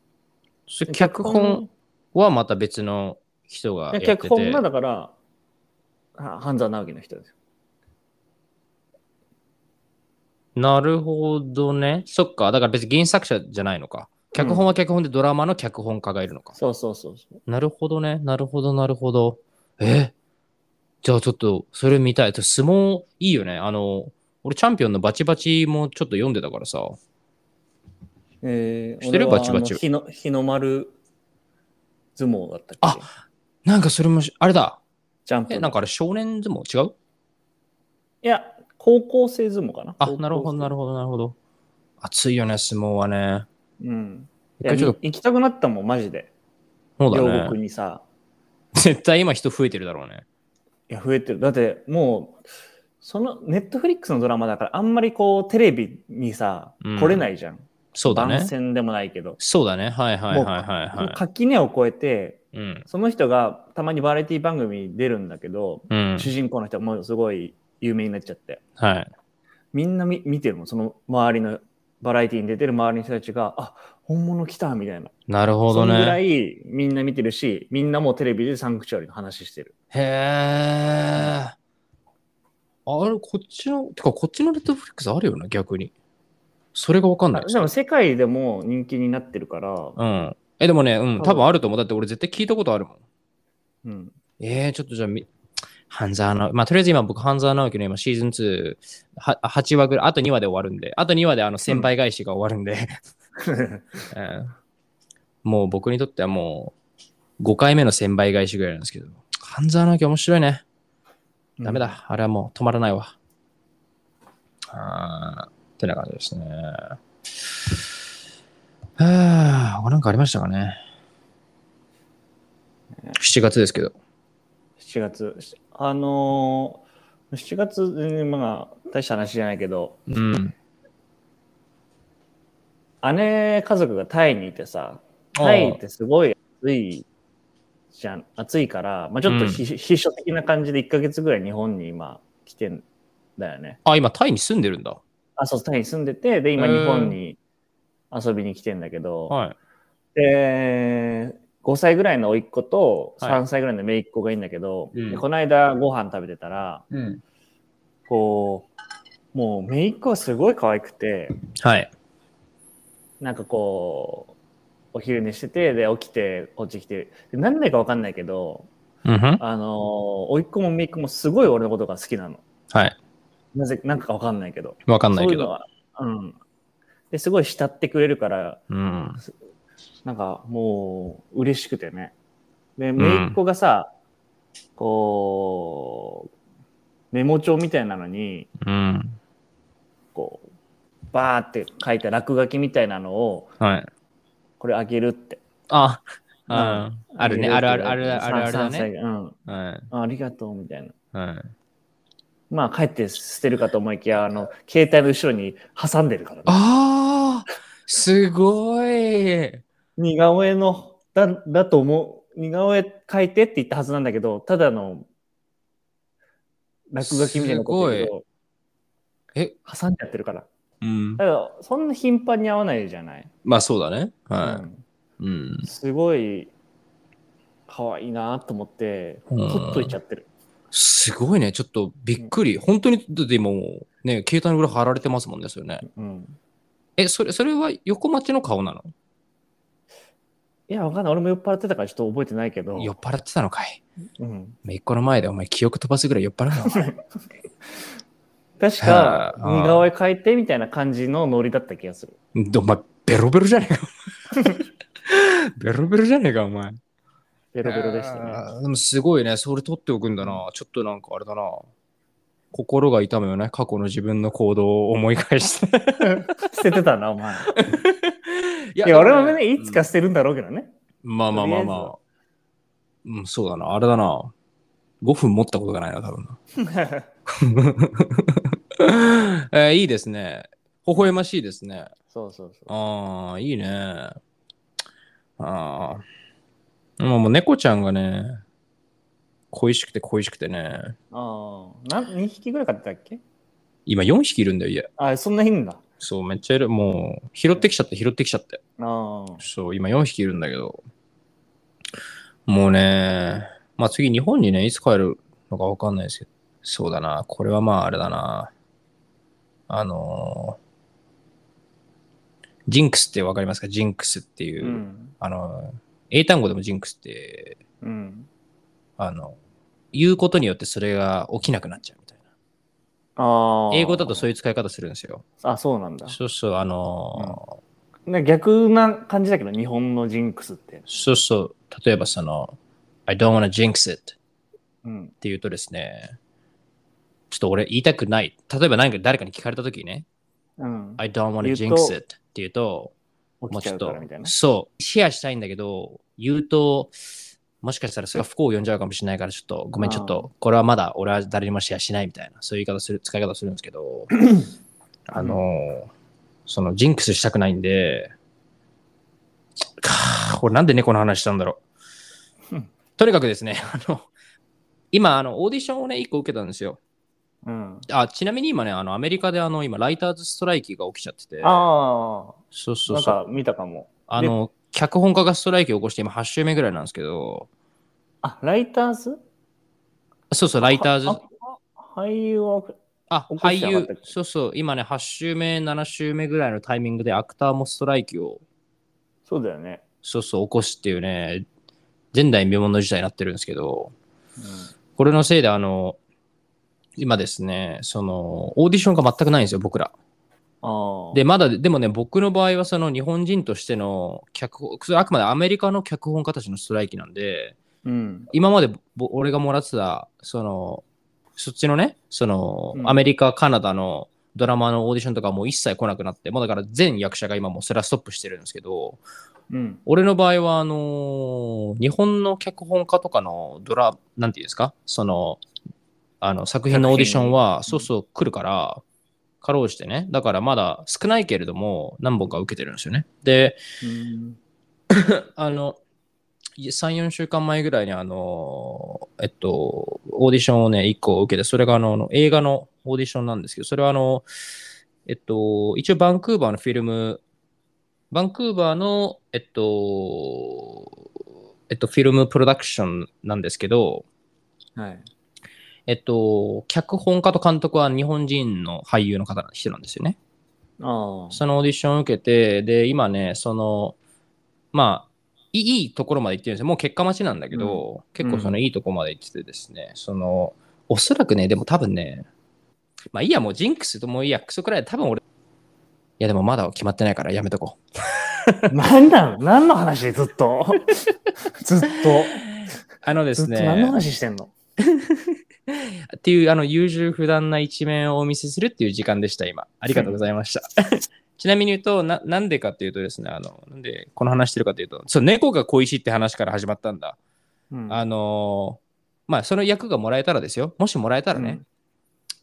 [SPEAKER 1] それ脚本はまた別の人がやってて。
[SPEAKER 2] 脚本がだから、は半沢直樹の人ですよ。
[SPEAKER 1] なるほどね。そっか。だから別に原作者じゃないのか。脚本は脚本でドラマの脚本家がいるのか。
[SPEAKER 2] そうそうそうそう。
[SPEAKER 1] なるほどね。なるほど、なるほど。えじゃあちょっと、それ見たい。と相撲いいよね。あの、俺、チャンピオンのバチバチもちょっと読んでたからさ。
[SPEAKER 2] えー、
[SPEAKER 1] 知ってる
[SPEAKER 2] 俺は
[SPEAKER 1] バチバチ
[SPEAKER 2] あの日の日の丸相撲だったっけ
[SPEAKER 1] あなんかそれもし、あれだ。
[SPEAKER 2] ジャンプ
[SPEAKER 1] え、
[SPEAKER 2] の。
[SPEAKER 1] なんかあれ、少年相撲違う
[SPEAKER 2] いや、高校生相撲かな。
[SPEAKER 1] あ、なるほど、なる
[SPEAKER 2] ほ
[SPEAKER 1] ほど、なるほど。熱いよね、相撲はね。
[SPEAKER 2] ど。うん。
[SPEAKER 1] 一
[SPEAKER 2] いや
[SPEAKER 1] 回ちょっ
[SPEAKER 2] 行きたくなったもん、マジで。
[SPEAKER 1] と、そうだ
[SPEAKER 2] 両
[SPEAKER 1] ね。
[SPEAKER 2] 国にさ。
[SPEAKER 1] 絶対今人増えてるだろうね。
[SPEAKER 2] いや、増えてる。だって、もう、その、ネットフリックスのドラマだから、あんまりこう、テレビにさ、
[SPEAKER 1] うん
[SPEAKER 2] 来れないじゃん。
[SPEAKER 1] そうだね
[SPEAKER 2] 番。宣でもないけど。
[SPEAKER 1] そうだね。はいはいはいはい、
[SPEAKER 2] もう
[SPEAKER 1] は
[SPEAKER 2] 垣根を越えて、
[SPEAKER 1] い。うん。
[SPEAKER 2] その人がたまにバラエティ番組に出るんだけど、
[SPEAKER 1] うん。
[SPEAKER 2] 主人公の人もうすごい有名になっちゃって。
[SPEAKER 1] はい。
[SPEAKER 2] みんなみ見てるもん、その周りの、バラエティに出てる周りの人たちが、あ、本物来たみたいな。
[SPEAKER 1] なるほど
[SPEAKER 2] そのぐら
[SPEAKER 1] ね。
[SPEAKER 2] いみんな見てるし、みんなもうテレビでサンクチュアリの話してる。
[SPEAKER 1] へえ。あれ、こっちの、てか、こっちのネットフリックスあるよな、逆に。それがわかんない。
[SPEAKER 2] でも世界でも人気になってるから、
[SPEAKER 1] うん。え、でもね、うん、
[SPEAKER 2] 分
[SPEAKER 1] 多分あると思う。だって俺絶対聞いたことあるもん。
[SPEAKER 2] うん。
[SPEAKER 1] えー、ちょっとじゃあみ、半沢直樹。まあ、とりあえず今僕、半沢直樹の今、シーズン2、は8話ぐらい、あと2話で終わるんで、あと2話であの、先輩返しが終わるんで、 [laughs] うんもう僕にとってはもう、5回目の先輩返しぐらいなんですけど、半沢直樹面白いね。ダメだ。あれはもう止まらないわ。あーってな感じですね。はあ、なんかありましたかね。7月ですけど。
[SPEAKER 2] 7月。あのー、7月、全然まあ、大した話じゃないけど、
[SPEAKER 1] うん。
[SPEAKER 2] 姉家族がタイにいてさ、タイってすごい暑いじゃん、暑いから、まあちょっとひ避暑的な感じで1ヶ月ぐらい日本に今来てんだよね。
[SPEAKER 1] あ、今、タイに住んでるんだ。
[SPEAKER 2] あ、そう、タイに住んでて、で、今
[SPEAKER 1] へー
[SPEAKER 2] 日本に遊びに来てんだけど、
[SPEAKER 1] はい。
[SPEAKER 2] で、5歳ぐらいの甥っ子と
[SPEAKER 1] はい
[SPEAKER 2] 3歳ぐらいの姪っ子がいるんだけど、
[SPEAKER 1] うん
[SPEAKER 2] でこの間ご飯食べてたら、
[SPEAKER 1] うん。
[SPEAKER 2] こう、もう姪っ子はすごい可愛くて、
[SPEAKER 1] はい。
[SPEAKER 2] なんかこう、お昼寝してて、で、起きて、こっち来て、でなんでかわかんないけど、
[SPEAKER 1] うんふん。
[SPEAKER 2] あのー、甥っ子も姪っ子もすごい俺のことが好きなの。
[SPEAKER 1] はい。
[SPEAKER 2] なぜ、なんかわかんないけど。
[SPEAKER 1] わかんない
[SPEAKER 2] そう
[SPEAKER 1] け
[SPEAKER 2] いうの
[SPEAKER 1] ど。
[SPEAKER 2] は、うん。で、すごい慕ってくれるから、
[SPEAKER 1] うん。
[SPEAKER 2] なんかもう嬉しくてね。で、姪っ子がさ、こう、メモ帳みたいなのに、
[SPEAKER 1] うん。
[SPEAKER 2] こう、バーって書いた落書きみたいなのを、
[SPEAKER 1] はい。
[SPEAKER 2] これあげるって。
[SPEAKER 1] あ、う
[SPEAKER 2] うん
[SPEAKER 1] ん。あるね。あるあるあるあるあるだ
[SPEAKER 2] 三
[SPEAKER 1] ね。
[SPEAKER 2] 歳がうん。
[SPEAKER 1] はい。
[SPEAKER 2] あありがとう、みたいな。
[SPEAKER 1] はい。
[SPEAKER 2] まあ、帰って捨てるかと思いきや、あの、携帯の後ろに挟んでるからね。
[SPEAKER 1] ああすごい
[SPEAKER 2] 似顔絵の、だ、だと思う。似顔絵描いてって言ったはずなんだけど、ただの、落書きみたいなことだけど
[SPEAKER 1] え、
[SPEAKER 2] 挟んじゃってるから。
[SPEAKER 1] うん
[SPEAKER 2] だ。から、そんな頻繁に会わないじゃない。
[SPEAKER 1] まあそうだね。
[SPEAKER 2] う
[SPEAKER 1] は
[SPEAKER 2] ん
[SPEAKER 1] い。うん。
[SPEAKER 2] すごい、可愛いなと思って、
[SPEAKER 1] う
[SPEAKER 2] ほ
[SPEAKER 1] ん
[SPEAKER 2] っといちゃってる。
[SPEAKER 1] すごいね。ちょっとびっくり。本当に、だって今もう、ね、携帯の裏貼られてますもんね、それね。
[SPEAKER 2] うん。
[SPEAKER 1] え、それ、それは横町の顔なの
[SPEAKER 2] いや、わかんない。俺も酔っ払ってたからちょっと覚えてないけど。
[SPEAKER 1] 酔っ払ってたのかい。
[SPEAKER 2] うん。
[SPEAKER 1] めっ子の前でお前記憶飛ばすぐらい酔っ払うの。
[SPEAKER 2] 確
[SPEAKER 1] へ
[SPEAKER 2] か、
[SPEAKER 1] えうん
[SPEAKER 2] 似顔絵描いてみたいな感じのノリだった気がする。
[SPEAKER 1] お前、ベロベロじゃねえか。 [laughs] ベロベロじゃねえか、お前。
[SPEAKER 2] ベロベロでしたね。
[SPEAKER 1] あーでもすごいね、それ取っておくんだな。ちょっとなんかあれだな。心が痛むよね。過去の自分の行動を思い返して。
[SPEAKER 2] [laughs] 捨ててたな、お前。
[SPEAKER 1] いや
[SPEAKER 2] [laughs] いや、俺もね、いつか捨てるんだろうけどね。
[SPEAKER 1] うんまあまあまあまあ。うん、そうだな。あれだな。5分持ったことがないな、多分な。 [laughs] えーいいですね。微笑ましいですね。
[SPEAKER 2] [laughs] そうそうそう。
[SPEAKER 1] ああ、いいね。ああ。まあもう猫ちゃんがね、恋しくて恋しくてね。
[SPEAKER 2] ああ。な、2匹ぐらい飼ってたっけ
[SPEAKER 1] 今4匹いるんだよ、家。
[SPEAKER 2] あ、そんないいんだ。
[SPEAKER 1] そう、めっちゃいる。もう、拾ってきちゃって、拾ってきちゃって。
[SPEAKER 2] ああ。
[SPEAKER 1] そう、今4匹いるんだけど。もうね、まあ次日本にね、いつ帰るのかわかんないですけど。そうだな、これはまああれだな。あのージンクスってわかりますかジンクスっていうう、
[SPEAKER 2] ん。
[SPEAKER 1] あのー、英単語でもジンクスって、
[SPEAKER 2] うん。
[SPEAKER 1] あの、言うことによってそれが起きなくなっちゃうみたい
[SPEAKER 2] あ
[SPEAKER 1] な。
[SPEAKER 2] あ。
[SPEAKER 1] 英語だとそう
[SPEAKER 2] い
[SPEAKER 1] いう
[SPEAKER 2] う。
[SPEAKER 1] 使い方するんですよ。
[SPEAKER 2] あ、そうなんだ。
[SPEAKER 1] そうそう、あのー
[SPEAKER 2] ね逆な感じだけど、日本のジンクスって。
[SPEAKER 1] そうそう、例えばその、I don't wanna jinx it
[SPEAKER 2] うん
[SPEAKER 1] っ。ていうとですね、ちょっと俺言いたくない。例えば何か誰かに聞かれたときにね、
[SPEAKER 2] うん。
[SPEAKER 1] I don't wanna
[SPEAKER 2] 言うと
[SPEAKER 1] jinx it って言うと、
[SPEAKER 2] 起きちゃうからみたいな。
[SPEAKER 1] そう、シェアしたいんだけど、言うと、もしかしたらそれが不幸を呼んじゃうかもしれないから、ちょっと、ごめん、
[SPEAKER 2] あー
[SPEAKER 1] ちょっと、これはまだ俺は誰にもシェアしないみたいな、そういう言い方する、使い方するんですけ
[SPEAKER 2] [coughs]
[SPEAKER 1] ど、あの、その、ジンクスしたくないんで、かー俺なんで猫の話したんだろ
[SPEAKER 2] う。
[SPEAKER 1] うん
[SPEAKER 2] [laughs]
[SPEAKER 1] とにかくですね、 [laughs] あの、今、あの、オーディションをね、一個受けたんですよ。
[SPEAKER 2] うん。
[SPEAKER 1] あ、ちなみに今ね、あの、アメリカであの、今、ライターズストライキが起きちゃってて、
[SPEAKER 2] あ
[SPEAKER 1] そう
[SPEAKER 2] あ。
[SPEAKER 1] そう
[SPEAKER 2] なん
[SPEAKER 1] そう。
[SPEAKER 2] か見たかも。
[SPEAKER 1] あの、脚本家がストライキを起こして今8週目ぐらいなんですけど、
[SPEAKER 2] あ、ライターズ
[SPEAKER 1] そうそう、ライターズ、
[SPEAKER 2] ああ俳優は、
[SPEAKER 1] あ、
[SPEAKER 2] 起こして
[SPEAKER 1] 俳
[SPEAKER 2] な
[SPEAKER 1] 優
[SPEAKER 2] かったっけ、
[SPEAKER 1] そうそう、今ね、8週目、7週目ぐらいのタイミングでアクターもストライキを、
[SPEAKER 2] そうだよね。
[SPEAKER 1] そうそう、起こすっていうね、前代未聞の事態になってるんですけど、
[SPEAKER 2] うん
[SPEAKER 1] これのせいで、あの、今ですね、その、オーディションが全くないんですよ、僕ら。
[SPEAKER 2] ああ。
[SPEAKER 1] で、、まだ、でもね、僕の場合は、その、日本人としての脚本、それあくまでアメリカの脚本家たちのストライキなんで、
[SPEAKER 2] うん。
[SPEAKER 1] 今までぼ俺がもらってたそのそっちのねその、
[SPEAKER 2] うん
[SPEAKER 1] アメリカカナダのドラマのオーディションとかもう一切来なくなってもうだから全役者が今もうそれはストップしてるんですけど
[SPEAKER 2] うん。
[SPEAKER 1] 俺の場合はあのー日本の脚本家とかのドラなんていうんですかそのあの作品のオーディションはそうそう来るからかろうじてねだからまだ少ないけれども何本か受けてるんですよねで
[SPEAKER 2] うん
[SPEAKER 1] あの、3、4週間前ぐらいに、あの、えっと、オーディションをね、1個受けて、それがあの、あの映画のオーディションなんですけど、それはあの、えっと、一応バンクーバーのフィルム、バンクーバーの、えっと、えっと、フィルムプロダクションなんですけど、
[SPEAKER 2] はい。
[SPEAKER 1] えっと、脚本家と監督は日本人の俳優の方な人なんですよね。
[SPEAKER 2] ああ。
[SPEAKER 1] そのオーディションを受けて、で、今ね、その、まあ、いいいいところまで行ってるんですよ。もう結果待ちなんだけど、結構そのいいところまで行っててですね、その、おそらくね、でも多分ね、まあいいや、もうジンクスともういいや、クソくらい、多分俺、いやでもまだ決まってないからやめとこう。
[SPEAKER 2] 何なの何の話ずっ
[SPEAKER 1] [laughs]
[SPEAKER 2] とずっと
[SPEAKER 1] あので
[SPEAKER 2] ずっ
[SPEAKER 1] す
[SPEAKER 2] と何の
[SPEAKER 1] ね、
[SPEAKER 2] 話してんの
[SPEAKER 1] っていう、あの、優柔不断な一面をお見せするっていう時間でした、今。ありがとうございま [laughs] した。ちなみに言うと、ななんでかっていうとですね、あの、なんでこの話してるかというと、そう、猫が恋しいって話から始まったんだ。
[SPEAKER 2] うん
[SPEAKER 1] あのーまあ、その役がもらえたらですよ。もしもらえたらね、
[SPEAKER 2] うん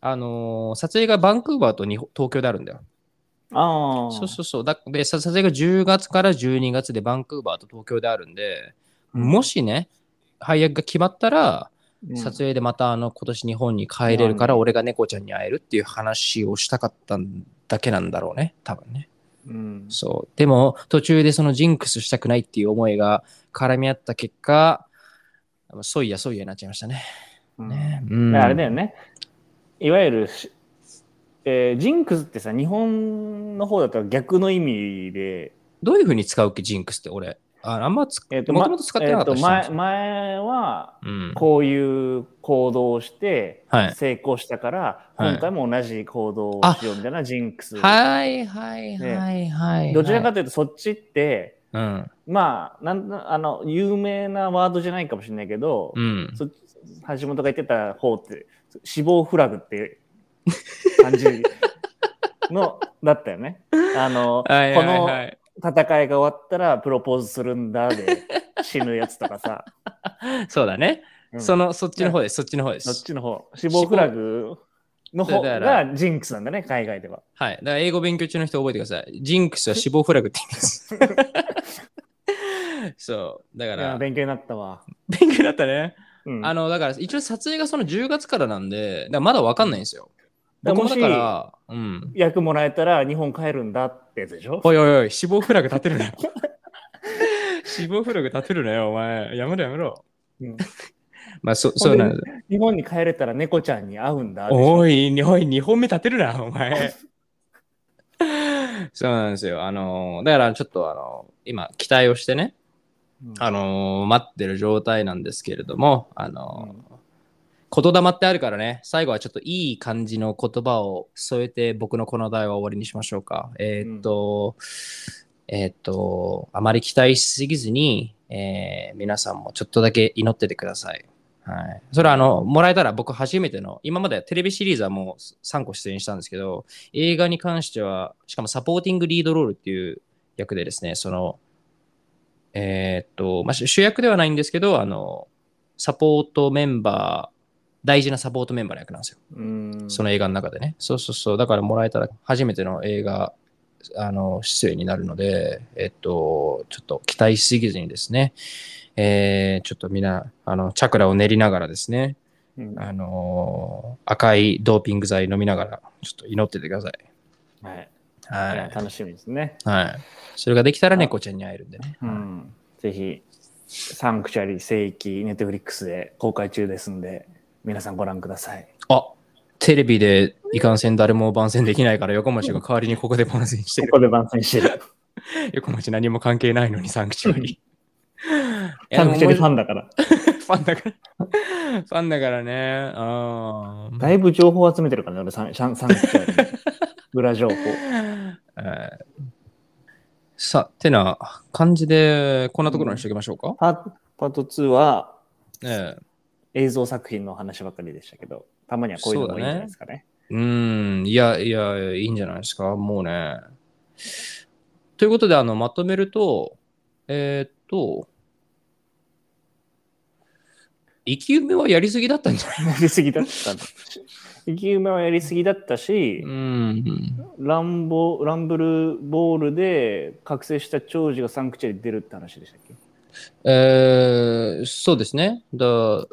[SPEAKER 1] あのー撮影がバンクーバーと日本東京であるんだよ。
[SPEAKER 2] ああ
[SPEAKER 1] そうそうそう。だで、さ撮影が10月から12月でバンクーバーと東京であるんで、もしね、配役が決まったら、
[SPEAKER 2] うん
[SPEAKER 1] 撮影でまたあの今年日本に帰れるから、俺が猫ちゃんに会えるっていう話をしたかったんだけなんだろうね、多分ね。
[SPEAKER 2] うん
[SPEAKER 1] そう。でも、途中でそのジンクスしたくないっていう思いが絡み合った結果、そいやそいやになっちゃいましたね。
[SPEAKER 2] うん
[SPEAKER 1] ねう
[SPEAKER 2] だ
[SPEAKER 1] ん
[SPEAKER 2] からあれだよねいわゆるし、えージンクスってさ日本の方だったら逆の意味で
[SPEAKER 1] どういうふうに使うっけ、ジンクスって俺。ああんまつ、
[SPEAKER 2] えっと
[SPEAKER 1] もともと使ってなかった
[SPEAKER 2] えっ
[SPEAKER 1] し、
[SPEAKER 2] と前前は
[SPEAKER 1] うん、
[SPEAKER 2] こういう行動をして
[SPEAKER 1] はい
[SPEAKER 2] 成功したから、
[SPEAKER 1] はい
[SPEAKER 2] 今回も同じ行動をしようみたいなジンクス、
[SPEAKER 1] はいはい
[SPEAKER 2] ね
[SPEAKER 1] はいはい。
[SPEAKER 2] どちらかというとそっちって、
[SPEAKER 1] うん。
[SPEAKER 2] まあなんあの有名なワードじゃないかもしれないけど、
[SPEAKER 1] うん。
[SPEAKER 2] そ橋本が言ってた方って死亡フラグっていう感じのだったよ
[SPEAKER 1] [laughs]
[SPEAKER 2] ね。あの、
[SPEAKER 1] はいはいはい。
[SPEAKER 2] この戦いが終わったらプロポーズするんだで死ぬやつとかさ、
[SPEAKER 1] そうだね。
[SPEAKER 2] うん
[SPEAKER 1] その、そっちの方です。そっちの方で
[SPEAKER 2] そっ
[SPEAKER 1] す。
[SPEAKER 2] ちの方死亡フラグの方
[SPEAKER 1] だから
[SPEAKER 2] がジンクスなんだね海外では。
[SPEAKER 1] はい。だから英語勉強中の人覚えてください。ジンクスは死亡フラグって言います。
[SPEAKER 2] [laughs]
[SPEAKER 1] そう。だか
[SPEAKER 2] いや
[SPEAKER 1] ら、
[SPEAKER 2] 勉強になったわ。
[SPEAKER 1] 勉強だったね。
[SPEAKER 2] うん
[SPEAKER 1] あの、だから、一応撮影がその10月からなんで、だからまだわかんないんですよ。
[SPEAKER 2] だ
[SPEAKER 1] 僕
[SPEAKER 2] から
[SPEAKER 1] も
[SPEAKER 2] も
[SPEAKER 1] だ
[SPEAKER 2] し
[SPEAKER 1] から、うん。
[SPEAKER 2] 役もらえたら日本帰るんだってやつでしょ
[SPEAKER 1] おいおいおい、死亡フラグ立てるなよ。 [laughs] 死亡フラグ立てるなよ、お前。やめろやめろ。
[SPEAKER 2] うん
[SPEAKER 1] まあ、そそうなんです。
[SPEAKER 2] 日本に帰れたら猫ちゃんに会うんだでしょ
[SPEAKER 1] おい、おい、2本目立てるな、お
[SPEAKER 2] [laughs]
[SPEAKER 1] 前。そうなんですよ。あのーだからちょっとあのー今、期待をしてね、
[SPEAKER 2] うん
[SPEAKER 1] あのー待ってる状態なんですけれども、あの
[SPEAKER 2] うん
[SPEAKER 1] ー言霊ってあるからね、最後はちょっといい感じの言葉を添えて、僕のこの題は終わりにしましょうか。えーっと、えーっと、あまり期待しすぎずに、えー皆さんもちょっとだけ祈っててください。はい、それはあのもらえたら僕初めての今までテレビシリーズはもう3個出演したんですけど映画に関してはしかもサポーティングリードロールっていう役でですねそのえーっと、まあ、主主役ではないんですけどあのサポートメンバー大事なサポートメンバーの役なんですよ
[SPEAKER 2] うん
[SPEAKER 1] その映画の中でね。そうそうそう。だからもらえたら初めての映画、あの、出演になるので、えっと、ちょっと期待しすぎずにですね、えーちょっとみんな、あの、チャクラを練りながらですね、
[SPEAKER 2] うん
[SPEAKER 1] あのー赤いドーピング剤飲みながら、ちょっと祈っててください。
[SPEAKER 2] はいい
[SPEAKER 1] はい。
[SPEAKER 2] や楽しみですね。
[SPEAKER 1] はい。それができたら猫ちゃんに会えるんでね。
[SPEAKER 2] うん、ぜひ、サンクチュアリ聖域、ネットフリックスで公開中ですんで、皆さんご覧ください。
[SPEAKER 1] あテレビでいかんせん誰も番宣できないから横町が代わりにここで番宣して
[SPEAKER 2] こ
[SPEAKER 1] る。
[SPEAKER 2] こで番宣してる。
[SPEAKER 1] 横町何も関係ないのにサンクチュアリ。いや
[SPEAKER 2] [laughs]
[SPEAKER 1] で
[SPEAKER 2] サン
[SPEAKER 1] も
[SPEAKER 2] クチュアリファンだから。
[SPEAKER 1] ファンだから。ファンだからね。あー
[SPEAKER 2] だいぶ情報集めてるからね、俺サン、サンサンクチュアリの。裏情報。
[SPEAKER 1] えーさあ、てな感じで、こんなところにしておきましょうか。
[SPEAKER 2] パートパート2は
[SPEAKER 1] ええ
[SPEAKER 2] 映像作品の話ばっかりでしたけど、たまにはこういうのもいいんじゃないですかね。
[SPEAKER 1] うーん、いや、いや、いいんじゃないですか。もうね。ということで、あの、まとめると、えーっと、生き埋めはやりすぎだったんじゃない
[SPEAKER 2] やりすぎだったの。生き馬はやりすぎだったし
[SPEAKER 1] う、ん。
[SPEAKER 2] ランボ、ランブルボールで覚醒した長寿がサンクチュアリ出るって話でしたっけ
[SPEAKER 1] えーそうですね。だ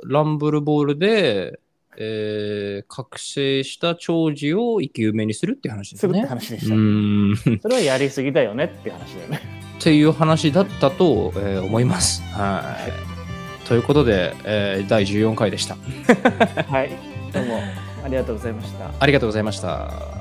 [SPEAKER 1] ランブルボールで、えー覚醒した長寿を生き埋めにするって話です
[SPEAKER 2] するって
[SPEAKER 1] ね。
[SPEAKER 2] 話で
[SPEAKER 1] う
[SPEAKER 2] した。
[SPEAKER 1] ーんっ
[SPEAKER 2] それはやりすぎだよねっていう話だよね。
[SPEAKER 1] ていう話だったと、えー思います。はい。ということで、えー第14回でした。
[SPEAKER 2] はい。どうもありがとうございました。
[SPEAKER 1] ありがとうございました。